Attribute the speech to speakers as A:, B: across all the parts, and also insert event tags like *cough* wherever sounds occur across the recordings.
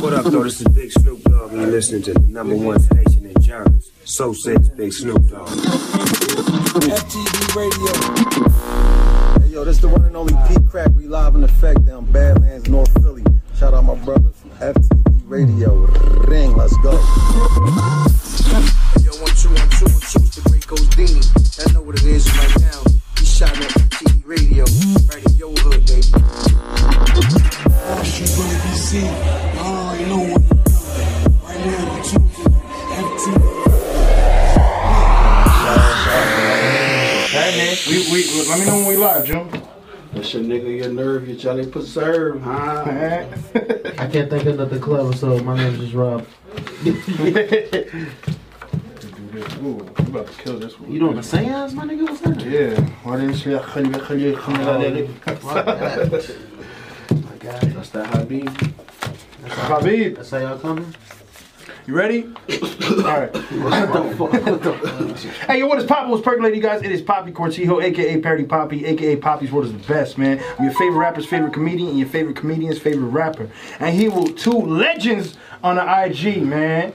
A: What up, though? This is Big Snoop Dogg, and you're listening to the number one station in Jarvis. So says Big Snoop Dogg.
B: FTV Radio. Hey, yo, this the one and only Pete Crack. We live in effect down Badlands, North Philly. Shout out my brothers from FTV Radio. Ring, let's go.
C: Yo, one, two, one, two, one, two, it's the great Goldini. I know what it is right now. He shot at TV radio, right in your hood, baby.
D: This is gonna be seen. Y'all already know what I'm doing. Right now, the children, FT.
E: Hey, man, we, we, let me know when we live, Jim.
F: That's your nigga, your nerve, your jelly preserve, huh?
E: Alright.
F: I can't think of nothing clever, so my name's just Rob.
E: Ooh, I'm about to kill this one.
F: You doing the seance, my nigga? What's that?
E: Yeah. Why didn't you Khalil Khalil Khalil
F: *laughs* My God, that's that Habib.
E: Habib?
F: That's how y'all coming?
E: You ready? *coughs* Alright.
F: What
E: *laughs*
F: the fuck? What the fuck?
E: Hey, yo, what is poppin'? What's percolating, you guys? It is Poppy Cortijo, aka Parody Poppy, aka Poppy's World is the best, man. I'm your favorite rapper's favorite comedian and your favorite comedian's favorite rapper. And he will two legends on the IG, man.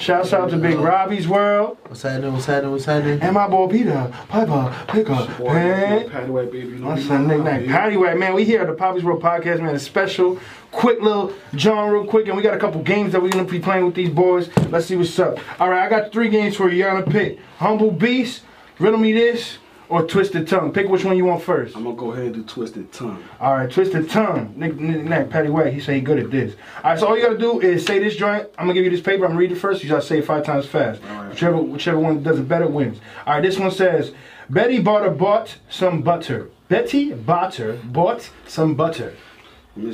E: Shouts out to Big Robbie's World
F: What's happening? What's happening? What's happening?
E: and my boy Peter Piper Picker, man.
F: Padway, baby.
E: My son, Nick Nack. Paddywhack, man. We here at the Poppy's World Podcast, man. A special, quick little John, real quick. And we got a couple games that we're going to be playing with these boys. Let's see what's up. All right, I got three games for you. You're going to pick Humble Beast, Riddle Me This, or Twisted Tongue. Pick which one you want first.
F: I'm gonna go ahead and do Twisted Tongue.
E: All right, Twisted Tongue. Nick, Nick Nack, Patty Whack. He say he good at this. All right, so all you got to do is say this joint. I'm going to give you this paper. I'm going to read it first. You got to say it five times fast. Whichever, whichever one does it better wins. All right, this one says Betty bought or bought some butter. Betty Botter bought some butter.
F: Let me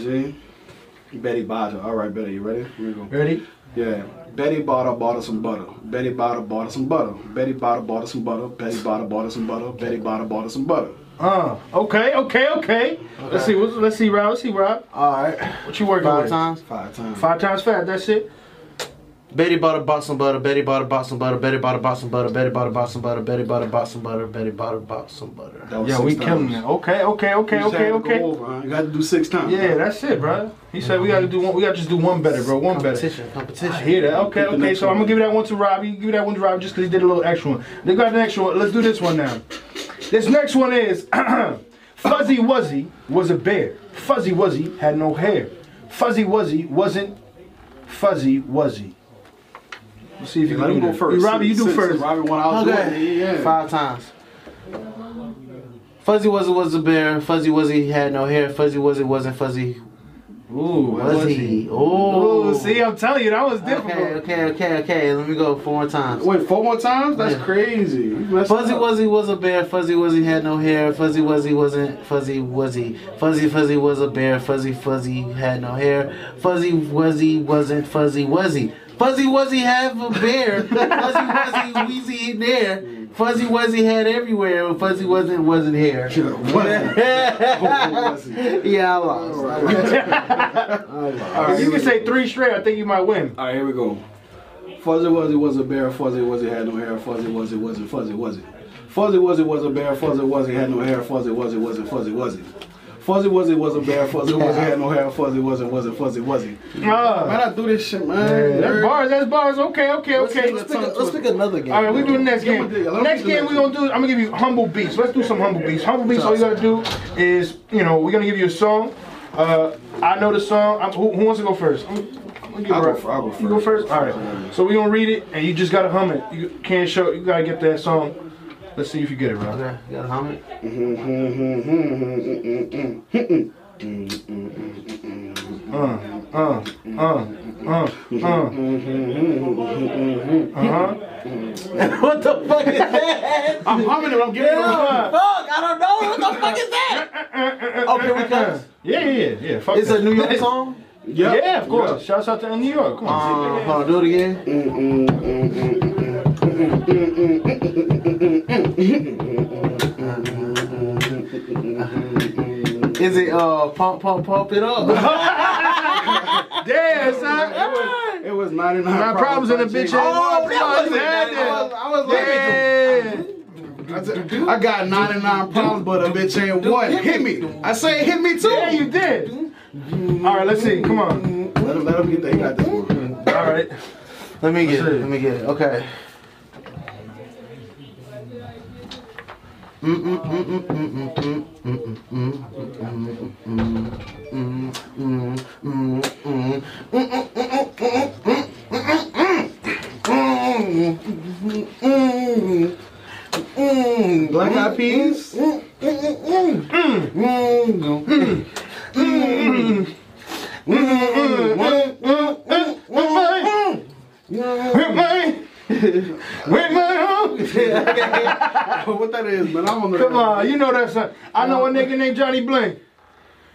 F: see. Betty Bodger. All right, Betty, you ready? Here we go.
E: Ready?
F: Yeah. Betty bought her, bought her some butter. Betty bought her, bought her some butter. Betty bought her, bought her some butter. Betty bought her, bought her some butter. Betty bought her, bought her some butter.
E: Uh, okay, okay, okay. Let's see, what's, let's see, Rob. Let's see, Rob.
F: All right.
E: What you working
G: Five
E: with?
G: times.
F: Five times.
E: Five times fast. That's it.
G: Betty bought a box some butter. Betty bought a box some butter. Betty bought a box some butter. Betty bought a box some butter. Betty bought a box some butter. Betty bought a box some butter.
F: That was
E: Yeah,
F: six
E: we
F: times.
E: killing it. Okay, okay, okay,
F: You just had
E: okay,
F: to
E: okay.
F: Go over, huh? You got to do six times.
E: Yeah, that's it, bro. He said we gotta do one. We gotta just do one better, bro. One better.
G: Competition.
E: I
G: Competition.
E: hear that. Okay,
F: Get the
E: okay.
F: next
E: So I'm
F: one.
E: gonna give that one to Robbie. Give that one to Robbie just because he did a little extra one. They got the extra one. Let's do this one now. This next one is *clears throat* Fuzzy Wuzzy was a bear. Fuzzy Wuzzy had no hair. Fuzzy Wuzzy wasn't Fuzzy Wuzzy. Let's see if you
F: Let
E: can
F: him
E: do
F: go
E: that.
F: first.
E: Robbie, you do
F: Since- since
E: first.
F: Robbie, one out.
G: Okay.
F: Yeah, yeah.
G: Five times. Fuzzy Wuzzy was a bear. Fuzzy Wuzzy had no hair. Fuzzy Wuzzy wasn't Fuzzy
E: Ooh, Wuzzy.
G: Wuzzy. Oh.
E: Ooh, see, I'm telling you, that was difficult.
G: Okay, okay, okay, okay. Let me go four more times.
F: Wait, four more times? That's
G: Yeah.
F: crazy. You messed
G: Fuzzy
F: up.
G: Wuzzy was a bear. Fuzzy Wuzzy had no hair. Fuzzy Wuzzy wasn't Fuzzy Wuzzy. Fuzzy Fuzzy was a bear. Fuzzy Fuzzy had no hair. Fuzzy Wuzzy wasn't Fuzzy Wuzzy. Fuzzy Wuzzy have a bear. *laughs* Fuzzy Wuzzy wheezy in there. Fuzzy Wuzzy had everywhere. Fuzzy wasn't wasn't *laughs* hair.
E: *laughs*
G: yeah, I lost.
E: If you can say three straight, I think you might win.
F: All right, here we go. Fuzzy Wuzzy was a bear. Fuzzy Wuzzy had no hair. Fuzzy Wuzzy wasn't Fuzzy Wuzzy. Fuzzy Wuzzy was a bear. Fuzzy Wuzzy had no hair. Fuzzy Wuzzy wasn't Fuzzy Wuzzy. Fuzzy Wuzzy was a bear. Fuzzy Wuzzy had no hair. Fuzzy Wuzzy wasn't Fuzzy Wuzzy.
E: Ah.
F: Man, I do this shit, man.
E: That's bars, that's bars. Okay, okay,
F: Let's
E: okay.
F: do
G: Let's pick, let's pick another game.
E: All right, we do the next
F: Yeah,
E: game.
F: we do. Let me
E: Next
F: do the
E: game
F: next
E: we're gonna do is I'm gonna give you humble beats. Let's do some humble beats. Humble beats. All you gotta do is you know we're gonna give you a song. Uh, I know the song. I'm, who, who wants to go first? I'm, I'm gonna give
F: I'll
E: her-
F: go fir- I'll go
E: You go
F: first.
E: first. All right. So we're gonna read it, and you just gotta hum it. You can't show. You gotta get that song. Let's see if you get it right.
G: Okay, you gotta hum it.
E: Uh, uh, uh, uh.
G: what the fuck is that?
F: I'm humming it. I'm giving it. a-
G: fuck, I don't know. What the fuck is that? Okay, we cut.
E: Yeah, yeah, yeah, yeah. Fuck
G: It's
E: that.
G: a New York song.
F: Yep.
E: Yeah, of course. Shouts out to New York. Come on.
G: Uh, hold on, do it again. Is it uh pump pump pump it up?
E: Yeah, son.
F: It was 99
E: My problems in the bitch.
G: Oh, *laughs* that was it.
E: Yeah,
G: I was, I was like,
E: Yeah.
F: I got 99 problems, but a bitch ain't one. Hit me. I say hit me too.
E: Yeah, you did. All right, let's see. Come on.
F: Let him, let him get that. He got this one.
E: All right.
G: Let me get
E: Let's
G: it.
E: see.
G: Let me get it. Okay.
F: Black Eyed Peas.
E: With my, with my
F: what that is, man? I don't know.
E: Come on, you know that son. I know a nigga named Johnny Blank.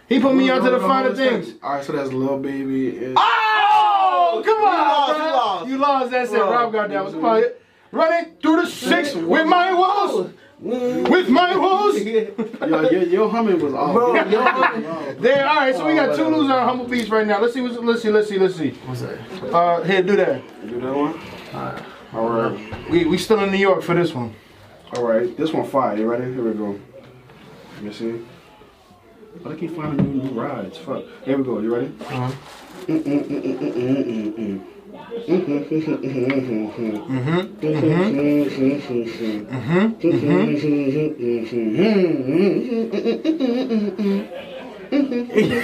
E: He put me onto the finer things. Ah.
F: All right, so that's Lil Baby. And
E: Oh, come on,
G: lost,
E: you lost. You lost. That's it. Rob got that one. Come on. Running through the six with my woes. With my woes.
F: Yo, your, your humming was off. Bro, your humming
E: There. All right. So we got two losers on Humble Beats right now. Let's see. What's, let's see. Let's see. Let's see.
G: What's that?
E: Uh, here, do that.
F: Do that one. All right.
E: We we still in New York for this one.
F: All right. This one fire. You ready? Here we go. Let me see. But I keep finding new, new rides. Fuck. Here we go. You ready? Uh-huh.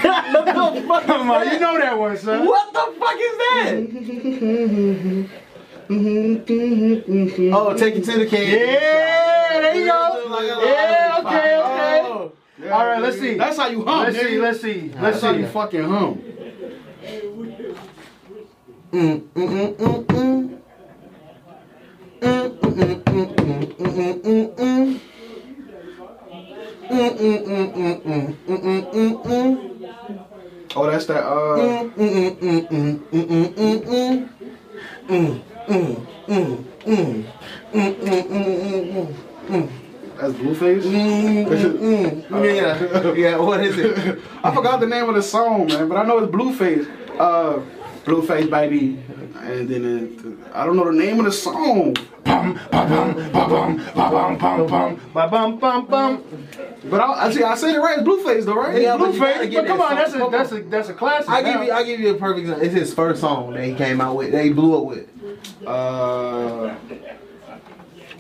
E: Come on. You know that one, son.
G: What the fuck is that? *laughs* oh, take it to the cage.
E: Yeah. There you go. Yeah. Okay.
G: Oh.
E: Okay. All right. Let's see.
F: That's how you hum.
E: Let's
F: nigga.
E: see. Let's see. Let's
F: That's how you
E: see.
F: fucking hum. Oh, that's that. Uh,
G: Mm, mm, mm,
F: that's Blueface.
G: mm.
F: *laughs* Uh,
G: Yeah. Yeah. What is it?
F: I forgot the name of the song, man, but I know it's Blueface. Uh, Blueface, baby. And then uh, I don't know the name of the song,
E: Ba bum bum bum.
F: but I, I see. I said it right. It's Blueface, though, right?
G: Yeah, but you gotta
E: Blueface.
G: get
E: But come
G: that
E: on, that's a
G: song.
E: that's a that's a classic.
G: I give
E: now.
G: you. I give you a perfect example. It's his first song that he came out with. That he blew up with.
F: Uh,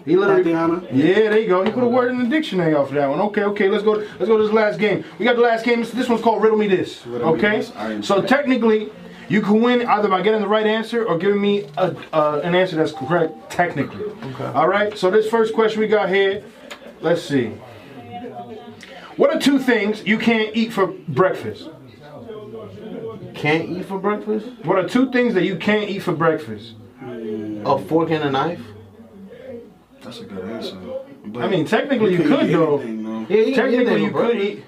E: He literally.
F: Tatiana.
E: Yeah, there you go. You put a word in the dictionary off of that one. Okay, okay. Let's go. Let's go to this last game. We got the last game. This one's called Riddle Me This.
F: Riddle me
E: Okay.
F: this. I am-
E: So technically, you can win either by getting the right answer or giving me a, uh, an answer that's correct technically. Okay. All right. So this first question we got here. Let's see. What are two things you can't eat for breakfast?
G: Can't eat for breakfast.
E: What are two things that you can't eat for breakfast?
G: A fork and a knife.
F: That's a good answer. But
E: I mean, technically you
F: couldn't
E: could
F: eat
E: though.
F: anything, though.
G: Yeah, you can eat that for
E: Technically you could
G: breakfast,
E: eat.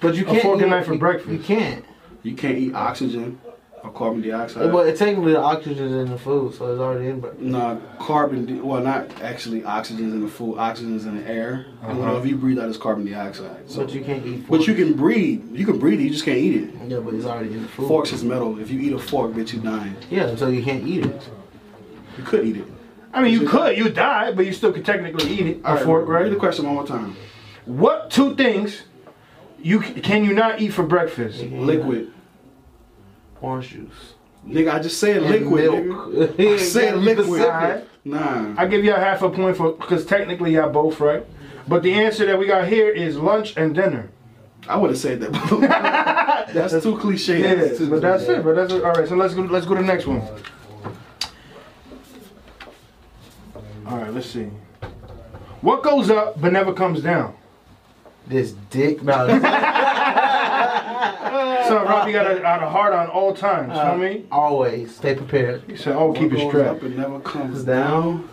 G: but you
E: a
G: can't
E: fork and
G: eat-
E: knife for
G: you- You
E: breakfast.
G: can't.
F: *laughs* You can't eat oxygen or carbon dioxide.
G: But it technically the oxygen's in the food, so it's already in breakfast.
F: Nah, carbon. Di- well, not actually. Oxygen's in the food. Oxygen's in the air.
E: Uh-huh.
F: And whatever you breathe out is carbon dioxide. So,
G: But you can't eat. Fork.
F: but you can breathe. You can breathe. it, You just can't eat it.
G: Yeah, but it's already in the food.
F: Forks is metal. If you eat a fork, bitch, you dying.
G: Yeah, so you can't eat it.
F: You could eat it.
E: I mean, you could. You die, but you still could technically eat it. A fork,
F: Read
E: right?
F: the question one more time.
E: What two things you c- can you not eat for breakfast?
F: Liquid.
G: Orange juice.
F: Nigga, I just said liquid. nigga.
G: Milk. *laughs*
F: I said liquid.
E: specific.
F: Nah.
E: I give y'all half a point for because technically y'all both right, but the answer that we got here is lunch and dinner.
F: I would have said that.
E: *laughs*
F: *laughs* that's, too cliche. That's too-
E: but that's it. But that's it. all right. So let's go. Let's go to the next one. All right. Let's see. What goes up but never comes down?
G: This dick. No,
E: So Robbie got a, out a heart on all times. you know what I mean?
G: always stay prepared.
E: He said, "Oh, keep
F: Goes
E: it strapped."
F: up and never comes
G: Down.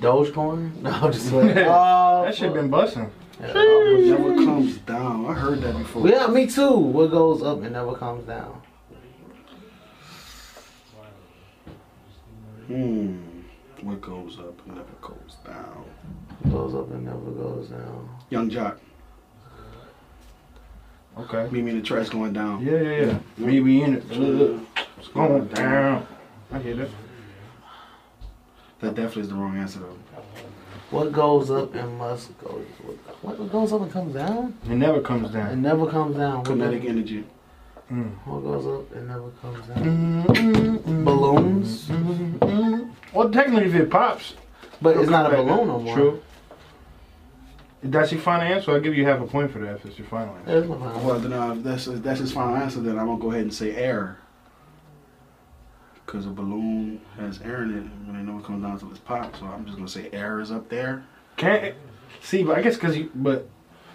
G: Dogecoin? *laughs* No, I'm just like, oh,
E: That shit been busting.
F: It never comes down. I heard that before.
G: yeah, me too. What goes up and never comes down.
F: Hmm. What goes up and never goes down.
G: Goes up and never goes down.
F: Young Jock,
E: Okay.
F: meet me in the trash going down.
E: Yeah, yeah, yeah. We be in it. It's going down. I hear that.
F: That definitely is the wrong answer though.
G: What goes up and must go. What goes up and comes down?
E: It never comes
G: It
E: down.
G: never comes down. What
F: Kinetic energy.
G: goes-
E: Mm.
G: What goes up and never comes down? Balloons,
E: Mm-hmm. Well, technically, if it pops,
G: but it's not a
E: It'll come back
G: balloon
E: up.
G: no more.
E: True. That's your final answer. I'll give you half a point for that if it's your final answer.
G: There's no balloon.
F: Well, then uh, if that's if that's his final answer. Then I'm gonna go ahead and say air, because a balloon has air in it, and I know it comes down to its pop. So I'm just gonna say air is up there.
E: Can't see, but I guess because you, but *laughs*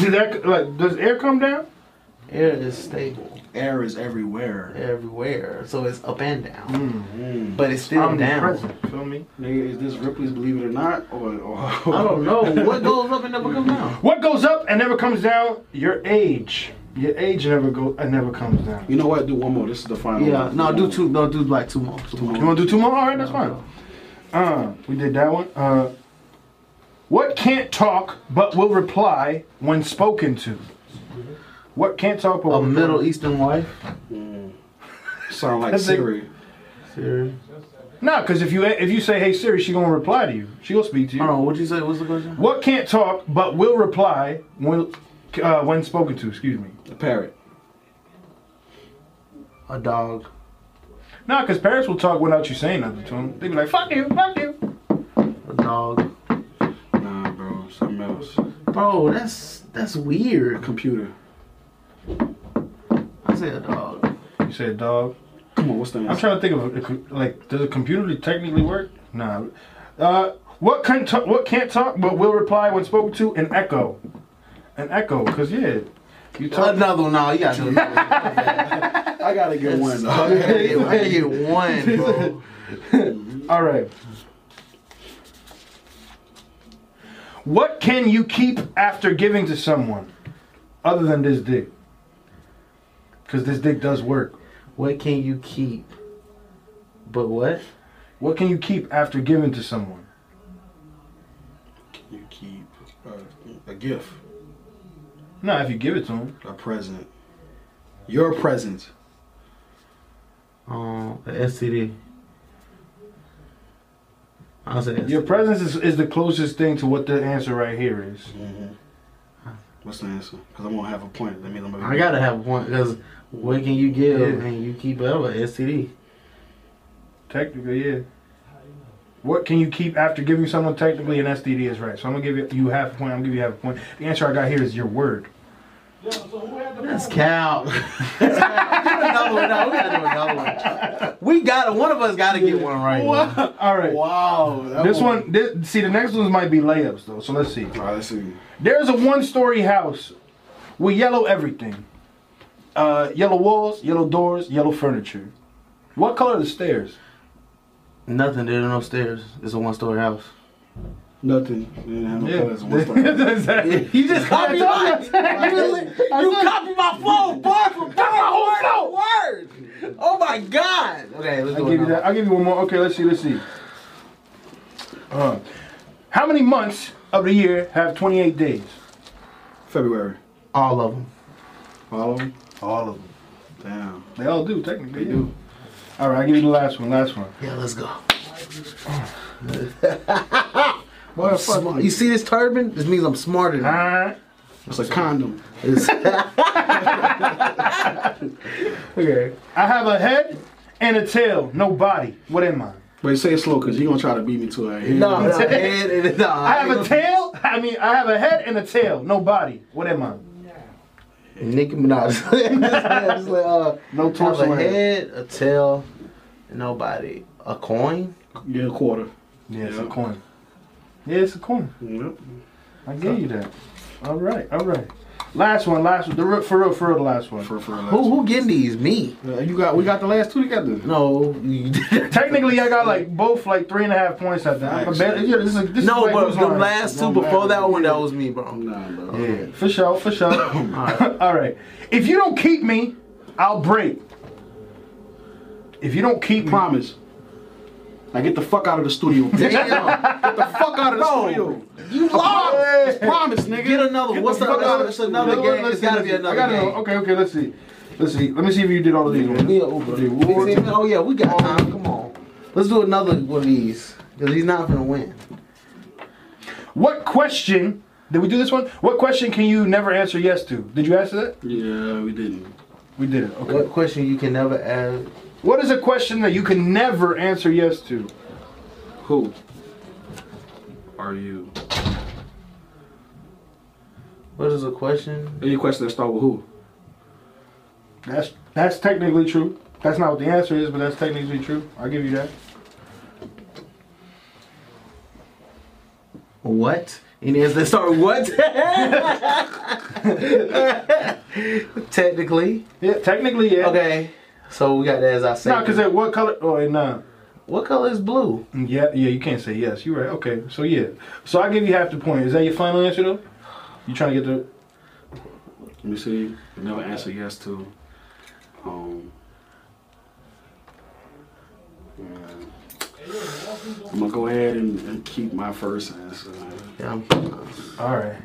E: did that like does air come down?
G: Air is stable
F: Air is everywhere.
G: everywhere, so it's up and down,
F: Mm.
G: but it's still down.
E: Omnipresent, Feel me?
F: Nigga, is this Ripley's Believe It or Not, or, or I
G: I don't know what goes up and never comes down.
E: What goes up and never comes down? Your age. Your age never go and never comes down.
F: You know what? Do one more. This is the final.
G: Yeah,
F: one.
G: no, do two, no, do like two more. Two more.
E: You want to do two more? All right, that's fine. Uh, we did that one. Uh, what can't talk but will reply when spoken to? What can't talk but
G: A
E: will
G: Middle Eastern wife. *laughs*
F: Sound like
E: That's it.
F: Siri.
G: Siri.
E: No, because if you if you say "Hey Siri," she gonna reply to you. She gonna speak to you.
G: Hold on, what you say? What's the question?
E: What can't talk but will reply when uh, when spoken to? Excuse me.
F: A parrot.
G: A dog.
E: No, because parents will talk without you saying nothing to them. They be like, "Fuck you, fuck you."
G: A dog.
F: Nah, bro. Something else.
G: Bro, that's that's weird.
F: Computer.
G: I say a dog.
E: You said dog.
F: Come on. What's the
E: I'm
F: answer?
E: trying to think of a, co- like, does a computer technically work? Nah. Uh, what can ta- what can't talk but will reply when spoken to? An echo. An echo, cause yeah, you talk.
G: Another one. No, you gotta do
E: *laughs*
G: another one.
F: I gotta get one.
G: I
F: *laughs* dog.
G: gotta get- I gotta get one,
E: *laughs*
G: bro.
E: All right. What can you keep after giving to someone, other than this dick? Cause this dick does work.
G: What can you keep? But what?
E: What can you keep after giving to someone?
F: You keep uh, a gift,
E: No, if you give it to them.
F: a present, your present.
G: Um, a STD. I'll say STD.
E: Your presence is, is the closest thing to what the answer right here is.
F: What's the answer? Because I'm gonna have a point. That means I'm gonna.
G: I gotta have one because what can you give
E: Yeah.
G: and you keep up with STD?
E: Technically, yeah. What can you keep after giving someone technically an STD is right? So I'm gonna give you, you half a point. I'm gonna give you half a point. The answer I got here is your word.
G: That's cow. *laughs* another one. No, we gotta do another one. We gotta. One of us gotta get one right. Now.
E: All right.
F: Wow. that
E: This one, this, see, the next ones might be layups though. So let's see.
F: All right, let's see.
E: There's a one-story house with yellow everything, uh, yellow walls, yellow doors, yellow furniture. What color are the stairs?
G: Nothing. There are no stairs. It's a one-story house.
F: Nothing. They didn't have no colors. What's the-
E: *laughs* exactly.
G: You just copied mine. *laughs* You, li- you copied my full bar for bar word for word. Oh my god. Okay, let's
E: I'll
G: do
E: give you
G: it.
E: that. I'll give you one more. Okay, let's see. Let's see. Uh, how many months of the year have 28 days?
F: February.
G: All of them.
F: All of them.
E: All of them.
F: Damn.
E: They all do, technically.
F: They
E: yeah.
F: do.
E: All right, I'll give you the last one. Last one.
G: Yeah, let's go.
F: Boy,
G: You see this turban? This means I'm smarter. Than you.
E: Uh,
F: It's a condom.
G: Okay.
E: I have a head and a tail, no body. What am I?
F: But say it slow, cause you're gonna try to beat me to it.
G: No, no, it, it, no.
E: I have a tail. I mean, I have a head and a tail, no body. What am I?
G: Nicki Minaj. *laughs* Just like- just like, uh,
E: No torso
G: Have a
E: hair.
G: head, a tail, nobody. A coin?
F: Yeah, quarter.
E: Yeah, it's a
F: Yeah.
E: coin. Yeah, it's a coin.
F: Yep.
E: I gave you that. All right, all right. Last one, last one. The real, for real, for real, the last one.
F: For for
G: Who who getting these? Me?
F: you got we got the last two together.
G: *laughs* No. you-
E: Technically, I got like both like three and a half points at that.
F: Nice.
E: But yeah, this is, this
G: no,
E: is
G: but
E: who's
G: the
E: lying.
G: last two before that one, that was me, bro.
F: Nah, bro.
E: Yeah, for sure, for
G: *coughs*
E: sure. *coughs* All right. If you don't keep me, I'll break. If you don't keep me,
F: Promise. Now get the fuck out of the studio.
G: *laughs*
F: get
G: Damn.
F: the fuck out of the studio.
G: you lost.
E: Hey.
F: Promise, nigga.
G: Get another. Oh, What's
E: the
G: the
E: fuck out
G: other?
E: Ah! of
G: It's
E: the-
G: another
E: Let's
G: game.
E: see,
G: It's gotta
E: let's
G: be
E: see. I
G: another
E: gotta know.
G: game.
E: Okay, okay, let's see. Let's see. Let me see if you did all of these ones.
G: Yeah, Uber.
E: The awards.
G: Oh yeah, we got time. Come on. Let's do another one of these. Cause he's not gonna win.
E: What question Did we do this one? What question can you never answer yes to? Did you answer that?
F: Yeah, we didn't.
E: We did it. Okay.
G: What question you can never ask?
E: What is a question that you can never answer yes to?
F: Who are you?
G: What is a question?
F: Any question that start with who?
E: That's that's technically true. That's not what the answer is, but that's technically true. I'll give you that.
G: What? Any answer that start with *laughs* what? Technically.
E: Yeah, technically, yeah.
G: Okay. So we got that as I said.
E: No, because what color? Oh, wait, nah.
G: what color is blue?
E: Yeah, yeah, you can't say yes. You're right. Okay, so yeah. So I give you half the point. Is that your final answer though? You trying to get the?
F: Let me see. Never answer yes to. Um. mm, I'm gonna go ahead and, and keep my first answer.
G: Yeah, I'm
E: All right.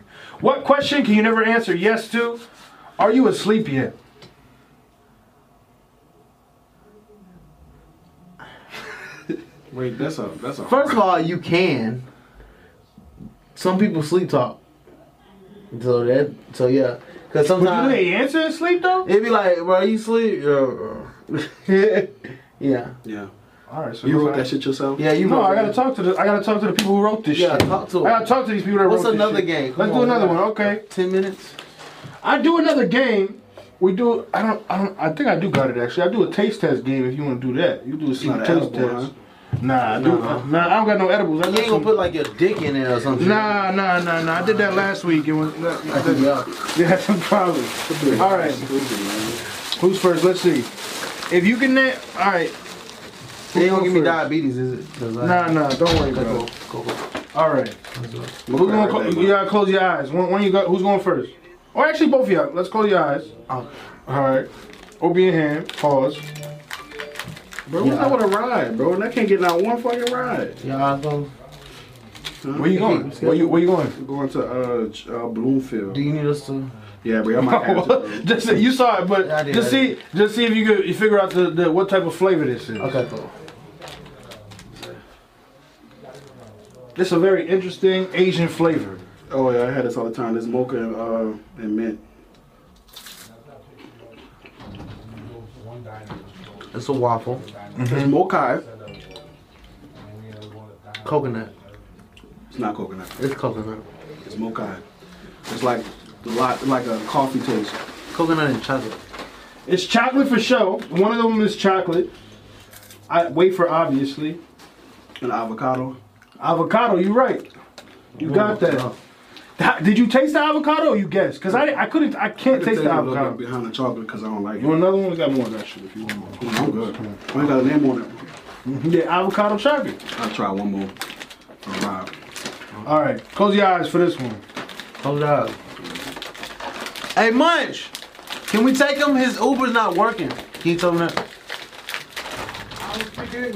E: What question can you never answer yes to? Are you asleep yet?
F: Wait, that's a that's a
G: First of all, you can. Some people sleep talk. So that, so yeah, because
E: But do
G: sometimes
E: they answer asleep though?
G: it be like, bro, you sleep? Yeah. *laughs* yeah,
F: yeah.
E: All right. So
F: You wrote
E: fine.
F: that shit yourself.
G: yeah, you.
E: No,
G: right.
E: I gotta talk to the I gotta talk to the people who wrote this
G: Yeah,
E: shit.
G: talk to 'em.
E: I gotta talk to these people that
G: What's
E: wrote this
G: another
E: shit.
G: game? Come
E: Let's do
G: on,
E: another
G: we
E: one.
G: got
E: Okay.
G: Ten minutes.
E: I do another game. We do. I don't. I don't. I think I do got it actually. I do a taste test game if you want to do that. You do a secret
F: not
E: taste
F: edible,
E: test. Nah, I do. Nah. I don't got no edibles. I
G: You
E: got
G: ain't gonna
E: some-
G: put like your dick in there or something.
E: Nah, nah, nah, nah. I did that last week. It was. I did
G: Yeah.
E: You had some problems. All right. Who's first? Let's see. If you can, na- all right.
G: They ain't gonna give
E: Who's
G: me
E: first?
G: diabetes, is it? 'Cause I-
E: Nah, nah. Don't worry,
G: Go,
E: bro.
G: go, go.
E: All right. Who's going? Cl- you gotta close your eyes. One, one you got. Who's going first? Or actually, both of y'all. Let's close your eyes.
G: Oh.
E: All right. Open your hand. Pause.
F: Bro, yeah. I want to ride, bro, and I can't get not one fucking ride.
G: Y'all go.
E: Where you going? Where you Where you going?
F: I'm going to uh, Ch- uh Bloomfield.
G: Do you need us to?
F: Yeah, bro, I might have to. *laughs* bro.
E: *laughs* just you saw it, but
G: I did,
E: just
G: I
E: see, just see if you could you figure out the, the what type of flavor this is.
G: Okay, cool.
E: It's a very interesting Asian flavor.
F: Oh yeah, I had this all the time. This mocha and uh and mint.
G: It's a waffle,
F: It's mocha.
G: coconut.
F: It's not coconut.
G: It's coconut.
F: It's mocha. It's like a lot like a coffee taste.
G: Coconut and chocolate.
E: It's chocolate for show. One of them is chocolate. I wafer obviously.
F: An avocado.
E: Avocado. You right. You got that. Ha- Did you taste the avocado? or You guessed, cause I, I couldn't I can't taste the
F: Take a look
E: avocado.
F: behind the chocolate because I don't like it.
E: You want another one? We got more of that shit if you want more.
F: Mm, I'm good. I ain't got a name on it.
E: Yeah, avocado chocolate.
F: I'll try one more. All right.
E: All right, close your eyes for this one.
G: Hold up. Hey, Munch, can we take him? His Uber's not working. Can you tell him that?
E: Dame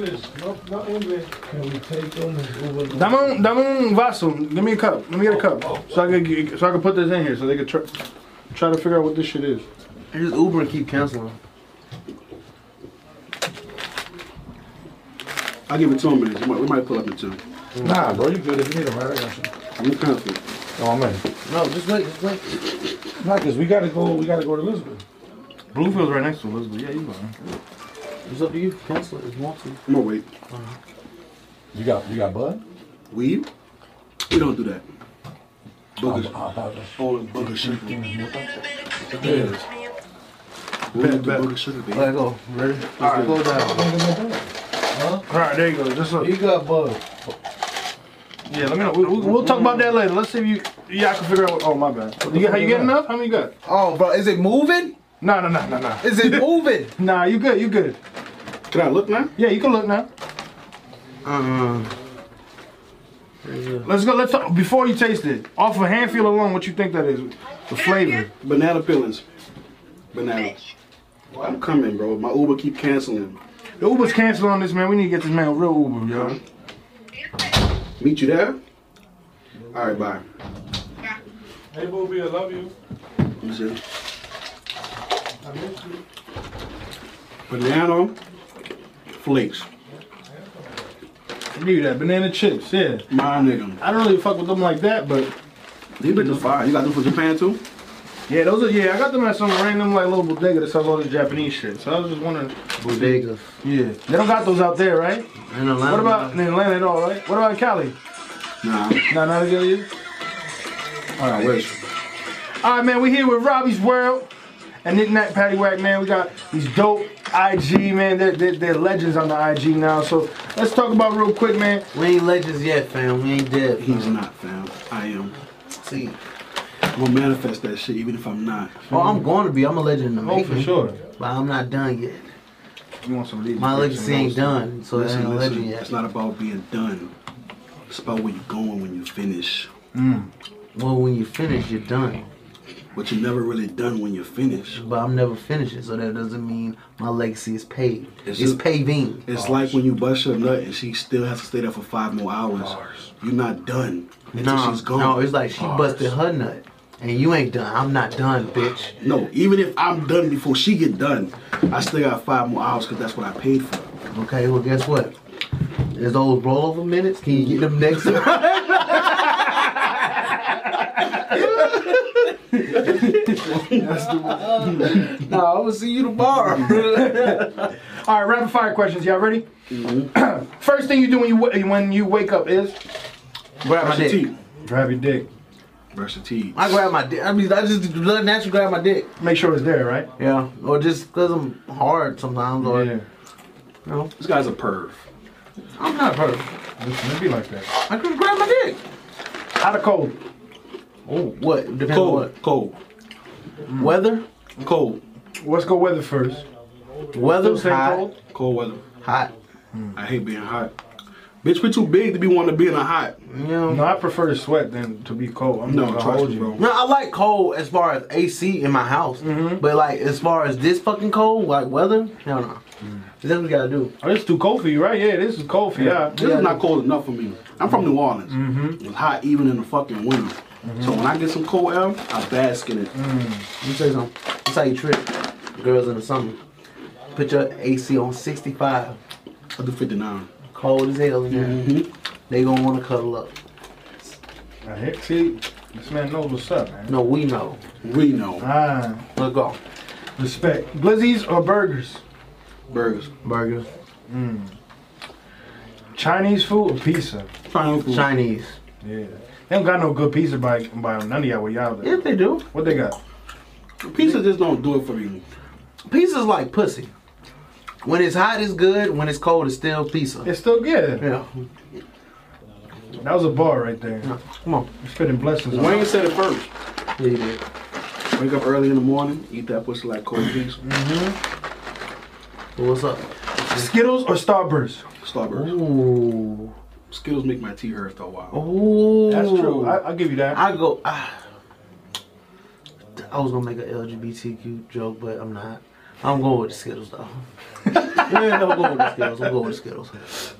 E: un, dame un vaso. Give me a cup. Let me get a cup.
H: Oh,
E: So I can get, so I can put this in here so they can try, try to figure out what this shit is.
G: His Uber keep canceling.
F: I'll give it two minutes. We might, we might pull up in two.
H: Nah, bro, you good. If you need them, right? I got you.
F: I'm confident.
H: Oh, man.
G: No, just wait, just wait.
H: Nah, because we got to go, we got to go to Elizabeth.
E: Bluefield's right next to Elizabeth. Yeah, you go.
G: It's up to you. Cancel it if you want to.
F: I'm gonna wait.
H: You got, you got Bud?
F: Weed? We don't do that. Booger.
H: I'll buy this.
F: Oh, booger sugar.
H: Yeah.
F: We don't do booger sugar, baby.
G: Let go. Ready? All right, go down.
E: All right, there you go. Just look.
H: You got Bud.
E: Yeah, let me know. We, we, we'll talk about that later. Let's see if you yeah I can figure out. What, oh my bad. You got, you got enough? How many you got?
G: Oh, bro, is it moving?
E: Nah, nah, nah, nah, nah.
G: Is it
B: *laughs*
G: moving?
E: Nah, you good. You good.
F: Can I look now?
E: Yeah, you can look now.
G: Uh,
E: Let's go. Let's talk before you taste it. Off a of hand feel alone, what you think that is? The flavor.
F: Banana peelings. Banana. I'm coming, bro. My Uber keep canceling.
E: The Uber's canceled on this man. We need to get this man a real Uber, yo.
F: Meet you there? All right, bye.
H: Hey, Booby, I love you.
F: Let me see. Banana flakes.
E: Give you that banana chips. Yeah.
F: My nigga.
E: I don't really fuck with them like that, but
F: These bitches fire. You got them from Japan too?
E: Yeah, those are yeah. I got them at some random like little bodega that sells all this Japanese shit. So I was just wondering.
G: Bodega.
E: Yeah, they don't got those out there, right?
G: In Atlanta.
E: What about in Atlanta at all, right? What about in Cali?
F: Nah.
E: Nah, not together you.
F: All right, where's
E: All right, man, we here with Robbie's World and Nick Nack Patty Whack, man. We got these dope IG, man. They're, they're, they're legends on the IG now. So let's talk about real quick, man.
G: We ain't legends yet, fam. We ain't dead.
F: He's not, fam. I am.
G: See.
F: I'm gonna manifest that shit even if I'm not.
G: Oh, I'm going to be. I'm a legend in the
E: Oh,
G: making.
E: for sure.
G: But I'm not done yet.
E: You want some of these?
G: My legacy ain't done, so it ain't a
F: Listen,
G: legend
F: listen,
G: yet.
F: it's not about being done. It's about where you're going when you finish.
G: Well, when you finish, you're done.
F: But you're never really done when you're finished.
G: But I'm never finishing, so that doesn't mean my legacy is paved.
F: It's
G: It's,
F: a-
G: paving.
F: It's like when you bust your nut and she still has to stay there for five more hours. You're not done until
G: No,
F: she's gone.
G: no, it's like she busted her nut, and you ain't done. I'm not done, bitch.
F: No, even if I'm done before she get done, I still got five more hours because that's what I paid for.
G: Okay, well, guess what? There's those rollover minutes. Can you get them next? no, I'm gonna see you tomorrow.
E: All right, rapid fire questions. Y'all ready?
F: Mm-hmm.
E: *clears throat* First thing you do when you wa- when you wake up is
G: grab my
F: Brush your
G: dick.
F: teeth.
E: grab your dick.
F: Brush your teeth.
G: I grab my dick. I mean, I just naturally grab my dick.
E: Make sure it's there, right?
G: Yeah, or just because I'm hard sometimes, or
E: Yeah.
G: you know,
F: This guy's a perv.
G: I'm not perfect.
E: It be like that.
G: I can grab my dick.
E: Hot or cold?
G: Oh, what? Depends on
F: Cold,
G: what.
F: cold,
G: Weather?
F: cold,
E: Let's go weather first.
G: Weather?
E: Same
G: hot.
E: cold?
F: cold weather.
G: Hot.
F: I hate being hot. Bitch, we too big to be wanting to be in a hot.
G: You know?
E: No, I prefer to sweat than to be cold. I'm
F: No,
E: not gonna
F: trust
E: hold
F: me,
E: you.
F: bro.
G: No, I like cold as far as AC in my house,
E: Mm-hmm.
G: but like as far as this fucking cold, like weather, hell no. That's what we gotta do.
E: Oh, this is too cold for you, right? Yeah, this is cold for y'all.
F: This is not cold enough for me. I'm from New Orleans. It's hot even in the fucking winter. So when I get some cold air, I bask in it.
G: You say something. That's how you trick girls in the summer. Put your AC on 65,
F: I do 59.
G: cold as hell in there.
E: Mm-hmm.
G: They gonna wanna cuddle up.
E: Now, here- See, this man knows what's up, man.
G: No, we know.
F: We know.
E: Ah,
G: Let's go.
E: respect. Blizzies or burgers?
F: Burgers.
G: Burger.
E: Chinese food or pizza?
F: Triangle food.
G: Chinese.
E: Yeah. They don't got no good pizza by, by none of y'all where y'all
G: Yeah,
E: live.
G: they do.
E: What they got?
F: Pizza just don't do it for me.
G: Pizza's like pussy. When it's hot, it's good. When it's cold, it's still pizza.
E: It's still good.
G: Yeah.
E: That was a bar right there.
G: Come on.
E: You're spitting blessings on
F: Wayne said it first.
G: Yeah, you did.
F: Wake up early in the morning, eat that pussy like cold pizza.
G: Well, what's up?
E: Skittles or Starburst?
F: Starburst.
G: Mm. Ooh.
F: Skittles make my teeth hurt for a while.
G: Ooh.
E: That's true. I, I'll give you that.
G: I go. Ah. I was gonna make an LGBTQ joke, but I'm not. I'm going with the Skittles though. *laughs* yeah, I'm going with the Skittles. I'm going with the Skittles.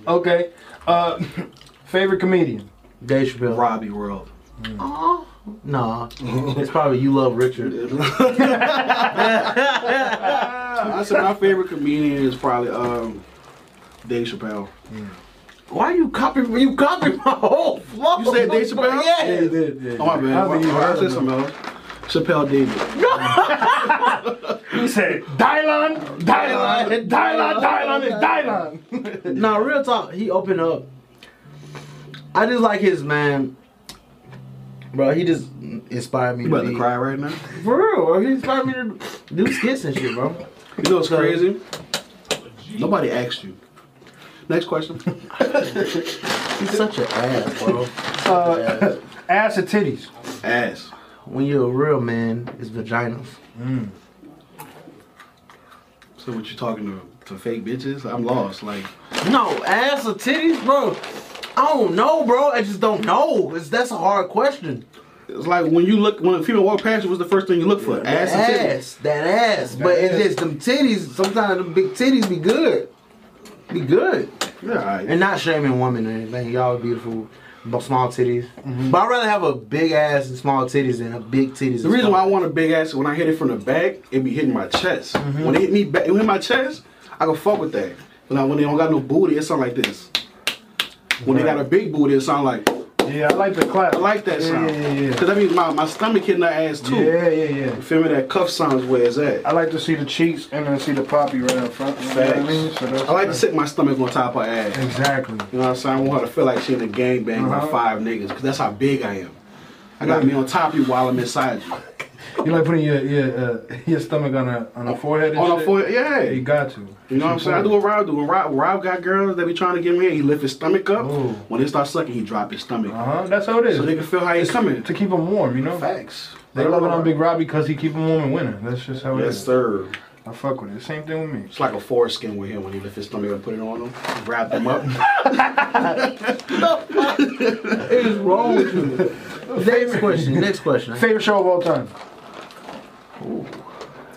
E: Okay. Uh, *laughs* favorite comedian?
G: Dave Chappelle.
F: Robbie World. *laughs*
G: Aw. Nah, it's probably you love Richard.
F: Honestly, my favorite comedian is probably um, Dave Chappelle.
G: Why you copy? You copied my whole flow.
F: You
G: *laughs*
F: said Dave Chappelle?
G: Yeah.
F: Oh my bad.
E: I
F: Why-
E: think you
F: why I
E: heard
F: said
E: him.
F: something else. Chappelle
G: *laughs*
F: David.
E: He said, Dylon, Dylon, Dylon, Dylon, and Dylon.
G: No, real talk. He opened up. I just like his man, bro. He just inspired me.
F: You
G: to
F: about
G: be,
F: to cry right now?
G: For real, bro. He inspired me to do skits and shit, bro.
F: You know what's
G: So-
F: crazy? Nobody asked you. Next question. *laughs*
G: He's such an ass, bro.
E: Uh, ass or titties?
F: Ass.
G: When you're a real man, it's vaginas.
F: So what you talking to? To fake bitches? I'm lost. Like
G: No, ass or titties, bro. I don't know, bro. I just don't know. It's, that's a hard question.
F: it's like when you look when a female walk past you, what's the first thing you look for? Ass. and titty.
G: ass, that ass. But it's just them titties. Sometimes them big titties be good. Be good.
F: Yeah, all right.
G: And not shaming women or anything. Y'all are beautiful. But small titties. But I'd rather have a big ass and small titties than a big titties.
F: The reason why I want a big ass is when I hit it from the back, it be hitting my chest.
E: Mm-hmm.
F: When it hit me back, it hit my chest, I can fuck with that. But now when they don't got no booty, it sound like this. When they got a big booty, it sound like.
G: Yeah,
E: Yeah, I like the clap.
F: I like that
E: yeah,
F: sound.
E: Yeah, yeah, yeah.
F: Cause that means my, my stomach hitting that ass too.
E: Yeah, yeah, yeah.
F: You feel me? That cuff sounds where it's at.
E: I like to see the cheeks and then see the poppy right up front. You know what I mean? So that's
F: I like to sit my stomach on top of her ass.
E: Exactly.
F: You know what I'm saying? I want her to feel like she in a gangbang
E: Uh-huh.
F: with five niggas, cause that's how big I am. I got me on top of you while I'm inside you.
E: You like putting your your uh, *laughs* your stomach on a on a forehead. And
F: On
E: shit?
F: her forehead, yeah.
E: You got to.
F: You know what I'm saying? I do what Rob do. When Rob, when Rob got girls that be trying to get me in, he lift his stomach up.
E: Ooh.
F: When they start sucking, he drop his stomach.
E: Uh huh. That's how it is.
F: So they can feel how he's coming.
E: to keep them warm, you know.
F: Facts.
E: They love it on Big Robbie because he keep them warm in winter. That's just how it
F: Yes,
E: is.
F: sir.
E: I fuck with it. Same thing with me.
F: It's like a foreskin with him when he lift his stomach and put it on him, wrap them *laughs* up.
G: What's wrong with you? Next question. Next question.
E: Favorite show of all time.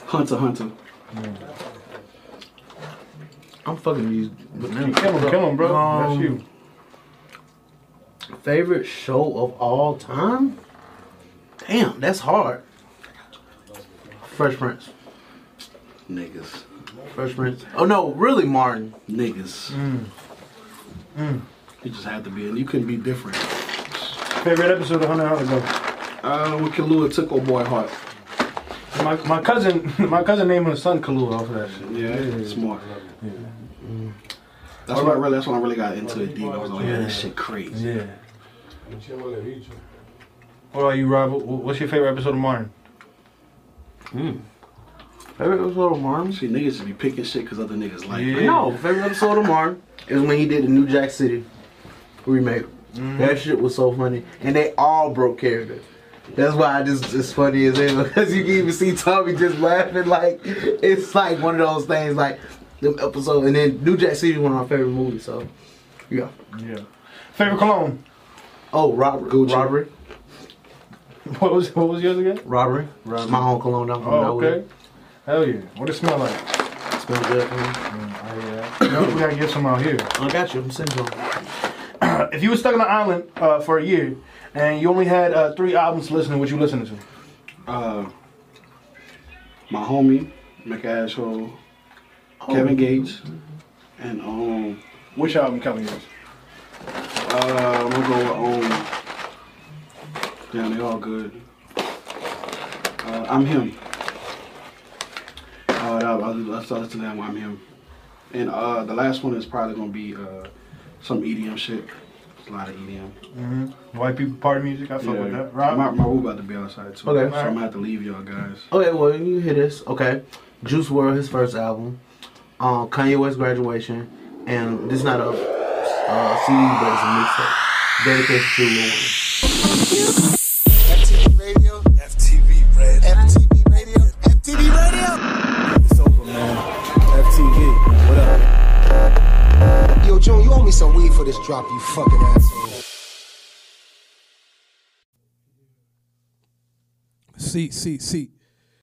F: Hunter, Hunter.
G: I'm fucking you. with them.
E: Kill him, kill him, bro.
G: Um,
E: That's you.
G: Favorite show of all time? Damn, that's hard. Fresh Prince.
F: Niggas.
G: Fresh Prince. Oh no, really Martin.
F: Niggas. Mm. You just had to be, you couldn't be different.
E: Favorite episode of Hunter Hunter Go.
F: Uh, when Kalua took old boy heart.
E: My, my cousin, *laughs* my cousin named his son Kalua off of that shit.
F: Yeah, smart. That's what I really. That's when I really got into it deep. I was like, yeah, this shit crazy.
E: Yeah. What about you, Rob? Wh- What's your favorite episode of Martin?
G: Favorite episode of Martin?
F: See, niggas just be picking shit because other niggas like.
E: Yeah.
F: it.
G: No, favorite episode of Martin is when he did the New Jack City remake.
E: Mm-hmm.
G: That shit was so funny, and they all broke character. That's why I just it's funny as hell *laughs* because you can even see Tommy just laughing like it's like one of those things like them episode. And then New Jack City is one of my favorite movies. So yeah.
E: Yeah. Favorite cologne? *laughs*
G: Oh, robbery, robbery,
E: What was what was yours again?
G: robbery. It's my home cologne. I'm from
E: Oh,
G: Norwood.
E: okay. Hell yeah. What it smell like?
G: It smells good. man.
E: Oh, yeah. No, we gotta get some out here.
G: I got you. I'm sending you.
E: If you were stuck on an island uh, for a year and you only had uh, three albums to listen to, what you listening to?
F: Uh, my homie, McAshhole,
E: Oh.
F: Kevin Gates, and um,
E: Which album coming yours?
F: uh, I'm gonna go with um. Damn, they all good. Uh, I'm him. Uh, I, I, I started to that one. I'm him. And uh, the last one is probably gonna be uh, some EDM shit. It's a lot of E EDM.
E: White people party music. I fuck with
F: Yeah.
E: that. Rob?
F: My, my Uber about to be outside too,
G: Okay.
F: so I'm gonna have to leave y'all guys.
G: Okay, well you hear this. Okay, Juice World, his first album, um, Kanye West graduation, and this is not a uh, CD, but it's a mixtape dedicated to Lil Wayne.
C: FTV Radio.
D: FTV, Brad.
C: FTV Radio. FTV Radio.
B: It's over, man. FTV, what up?
C: Yo, June, you owe me some weed for this drop, you fucking asshole.
I: See, see, see.